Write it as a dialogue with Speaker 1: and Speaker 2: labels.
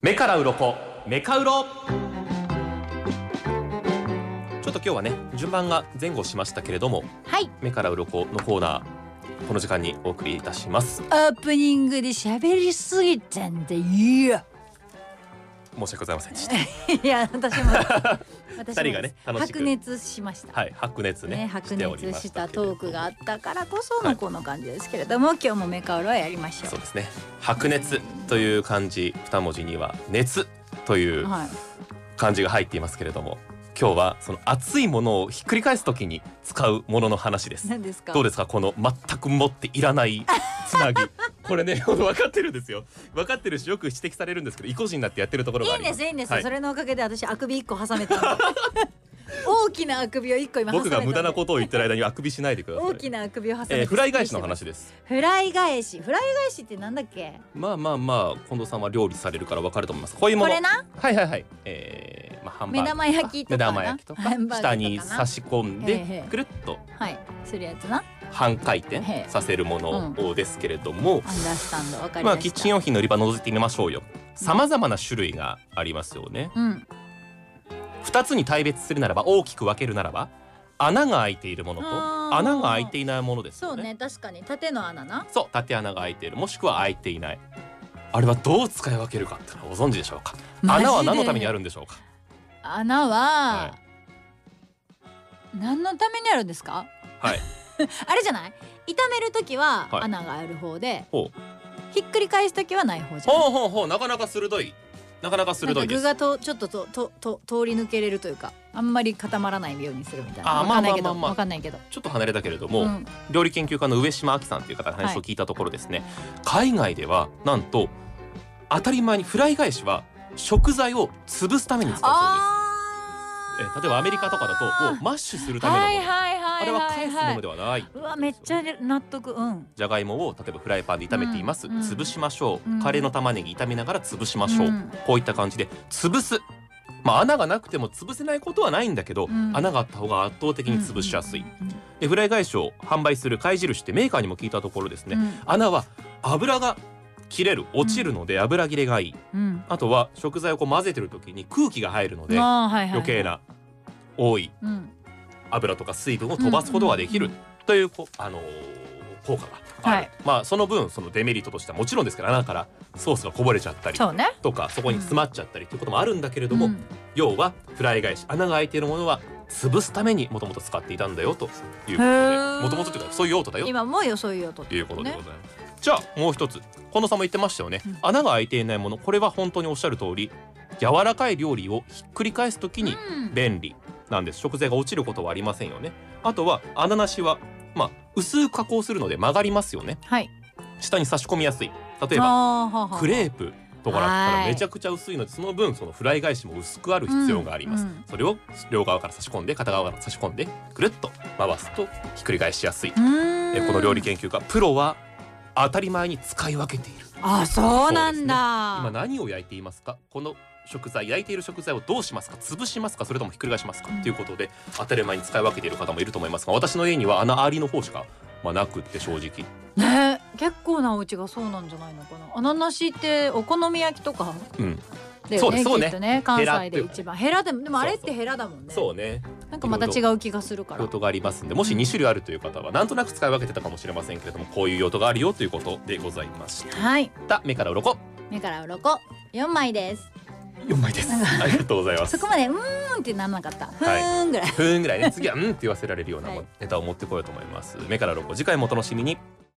Speaker 1: 目から鱗メカウロちょっと今日はね順番が前後しましたけれども
Speaker 2: はい
Speaker 1: 目から鱗のコーナーこの時間にお送りいたします
Speaker 2: オープニングで喋りすぎたんだよ
Speaker 1: 申し訳ございませんでした
Speaker 2: いや 私も私も
Speaker 1: 二人がね楽しく
Speaker 2: 白熱しました
Speaker 1: はい白熱ね
Speaker 2: ね白
Speaker 1: しており
Speaker 2: 熱
Speaker 1: ま
Speaker 2: した
Speaker 1: けれど
Speaker 2: トークがあったからこそのこの感じですけれども、今日もメカウロはやりましょ
Speaker 1: そうですね白熱という漢字二文字には熱というう
Speaker 2: はい
Speaker 1: 漢字が入っていますけれども今日はその熱いものをひっくり返すときに使うものの話です
Speaker 2: 何ですか
Speaker 1: どうですかこの全く持っていら ないつなぎこれね分かってるんですよ分かってるしよく指摘されるんですけど意固地になってやってるところがあ
Speaker 2: いいん
Speaker 1: りま
Speaker 2: で
Speaker 1: す
Speaker 2: すいいんです、
Speaker 1: はい
Speaker 2: それのおかげで私あくび一個挟め たの大きなあくびを一個今挟め
Speaker 1: 僕
Speaker 2: たの
Speaker 1: が無駄なことを言ってる間にあくびしないでください
Speaker 2: 大きなあくびを挟めて、
Speaker 1: えーフライ返しの話です
Speaker 2: フライ返しフライ返しってなんだっけ
Speaker 1: まあまあまあ近藤さんは料理されるから分かると思いますこういうも
Speaker 2: こ
Speaker 1: の
Speaker 2: れな
Speaker 1: はいはいはいえー、まあハンバー
Speaker 2: 目
Speaker 1: グ
Speaker 2: 玉焼きと
Speaker 1: 目
Speaker 2: かな
Speaker 1: 玉焼きとか
Speaker 2: ハンバーグとか
Speaker 1: 下
Speaker 2: な
Speaker 1: に差し込ん
Speaker 2: へー
Speaker 1: で
Speaker 2: へー
Speaker 1: くるっと
Speaker 2: はいするやつな
Speaker 1: 半回転
Speaker 2: へー
Speaker 1: させるものですけれども、
Speaker 2: アンダースタンドわかり
Speaker 1: ま
Speaker 2: ました
Speaker 1: あキッチン用品の売り場覗いてみましょうよさまざまな種類がありますよね、
Speaker 2: うん
Speaker 1: 2つに大別するならば大きく分けるならば穴が開いているもの
Speaker 2: あ
Speaker 1: と
Speaker 2: ー
Speaker 1: 穴が開いていないものです
Speaker 2: そ
Speaker 1: よ
Speaker 2: う
Speaker 1: ね
Speaker 2: ね確かに縦の穴な
Speaker 1: そう縦穴が開いているもしくは開いていないあれはどう使い分けるかってのはご存知でしょうか
Speaker 2: マジで
Speaker 1: 穴は何のためにあるんでしょうか
Speaker 2: 穴は、
Speaker 1: は
Speaker 2: 何のためにあるんですか
Speaker 1: はい
Speaker 2: あれじゃない炒める時は
Speaker 1: はい
Speaker 2: 穴がある方で、
Speaker 1: ほう
Speaker 2: ひっくり返す時はない方じゃん
Speaker 1: ほうほうほうなかなか鋭いなかなか
Speaker 2: なん
Speaker 1: 鋭
Speaker 2: か
Speaker 1: いで
Speaker 2: 具
Speaker 1: す
Speaker 2: がとちょっとととと通り抜けれるというかあんまり固まらないようにするみたいな
Speaker 1: あ
Speaker 2: わかんないけど
Speaker 1: まあまあまあまあ
Speaker 2: わかんないけど
Speaker 1: ちょっと離れたけれども、
Speaker 2: うん
Speaker 1: 料理研究家の上島明さんという方の話を聞いたところですね、海外ではなんと当たり前にフライ返しは食材を潰すために使うそうです
Speaker 2: あー
Speaker 1: え例えばアメリカとかだともうマッシュするためのもの、
Speaker 2: はいはい
Speaker 1: あ
Speaker 2: はい
Speaker 1: れ
Speaker 2: はい
Speaker 1: は返すもの
Speaker 2: で
Speaker 1: ではない。
Speaker 2: うわめっちゃ納得うん
Speaker 1: じゃがいもを例えばフライパンで炒めています、
Speaker 2: うんうん
Speaker 1: 潰しましょう、
Speaker 2: うん
Speaker 1: カレーの玉ねぎ炒めながら潰しましょう、
Speaker 2: うん
Speaker 1: こういった感じで潰すまあ穴がなくても潰せないことはないんだけど、
Speaker 2: うん
Speaker 1: 穴があった方が圧倒的に潰しやすい、
Speaker 2: うん
Speaker 1: でフライ返しを販売する貝印ってメーカーにも聞いたところですね、穴は油が切れる落ちるので油切れがいい、
Speaker 2: うんうん
Speaker 1: あとは食材をこう混ぜてる時に空気が入るの
Speaker 2: うん
Speaker 1: で
Speaker 2: あーはいはい
Speaker 1: 余計な多い
Speaker 2: うん
Speaker 1: 油とか水分を飛ばすことができる
Speaker 2: うんう
Speaker 1: というこ、あのー効果がある、
Speaker 2: はい
Speaker 1: まあその分そのデメリットとしてはもちろんですけど穴からソースがこぼれちゃったり
Speaker 2: そうね
Speaker 1: とかそこに詰まっちゃったりということもあるんだけれども、
Speaker 2: うん
Speaker 1: 要はフライ返し穴が開いているものは潰すためにもともと使っていたんだよということで
Speaker 2: へー
Speaker 1: もともとというかそういう用途だよ
Speaker 2: 今もうよそういう音
Speaker 1: ということでございます、じゃあもう一つ近藤さんも言ってましたよね、
Speaker 2: うん
Speaker 1: 穴が開いていないものこれは本当におっしゃる通り柔らかい料理をひっくり返すときに
Speaker 2: うん
Speaker 1: 便利なんです食材が落ちることはありませんよねあとは穴なしはまあ薄く加工するので曲がりますよね
Speaker 2: はい
Speaker 1: 下に差し込みやすい例えば
Speaker 2: ば
Speaker 1: クレープとかだった
Speaker 2: は
Speaker 1: ら
Speaker 2: い
Speaker 1: めちゃくちゃ薄いのでその分そのフライ返しも薄くある必要があります、
Speaker 2: うんうん
Speaker 1: それを両側から差し込んで片側から差し込んでくるっと回すとひっくり返しやすい、えこの料理研究家プロは当たり前に使い分けている
Speaker 2: あそうなん
Speaker 1: 今
Speaker 2: だ
Speaker 1: 何を焼いていますかこの食材焼いている食材をどうしますか潰しますかそれともひっくり返しますかと、
Speaker 2: うん
Speaker 1: いうことで当たり前に使い分けている方もいると思いますが私の家には穴ありの方しか、まあ、なくって正直
Speaker 2: ね結構なお家がそうなんじゃないのかな穴なしってお好み焼きとか
Speaker 1: うん
Speaker 2: だ
Speaker 1: そう
Speaker 2: よ
Speaker 1: で
Speaker 2: ね
Speaker 1: すそうね
Speaker 2: きっとね関西
Speaker 1: ヘ
Speaker 2: で
Speaker 1: ラってい
Speaker 2: 一番ヘラでもでもあれっ
Speaker 1: そうそ
Speaker 2: て
Speaker 1: う
Speaker 2: ヘラだもんね
Speaker 1: そうね
Speaker 2: なんかまた違う気がするから
Speaker 1: 用途がありますんでもし2種類あるという方はなんとなく使い分けてたかもしれませんけれどもこういう用途があるよということでございまし
Speaker 2: はい
Speaker 1: た目から鱗
Speaker 2: 目から鱗四枚です
Speaker 1: 4枚ですありがとうござい ます
Speaker 2: そこまでうーんってなんなかったふ
Speaker 1: はい
Speaker 2: ーんぐらい
Speaker 1: ふーんぐらいね次はうんって言わせられるようなもん
Speaker 2: はい
Speaker 1: ネタを持ってこようと思います目から鱗次回もお楽しみに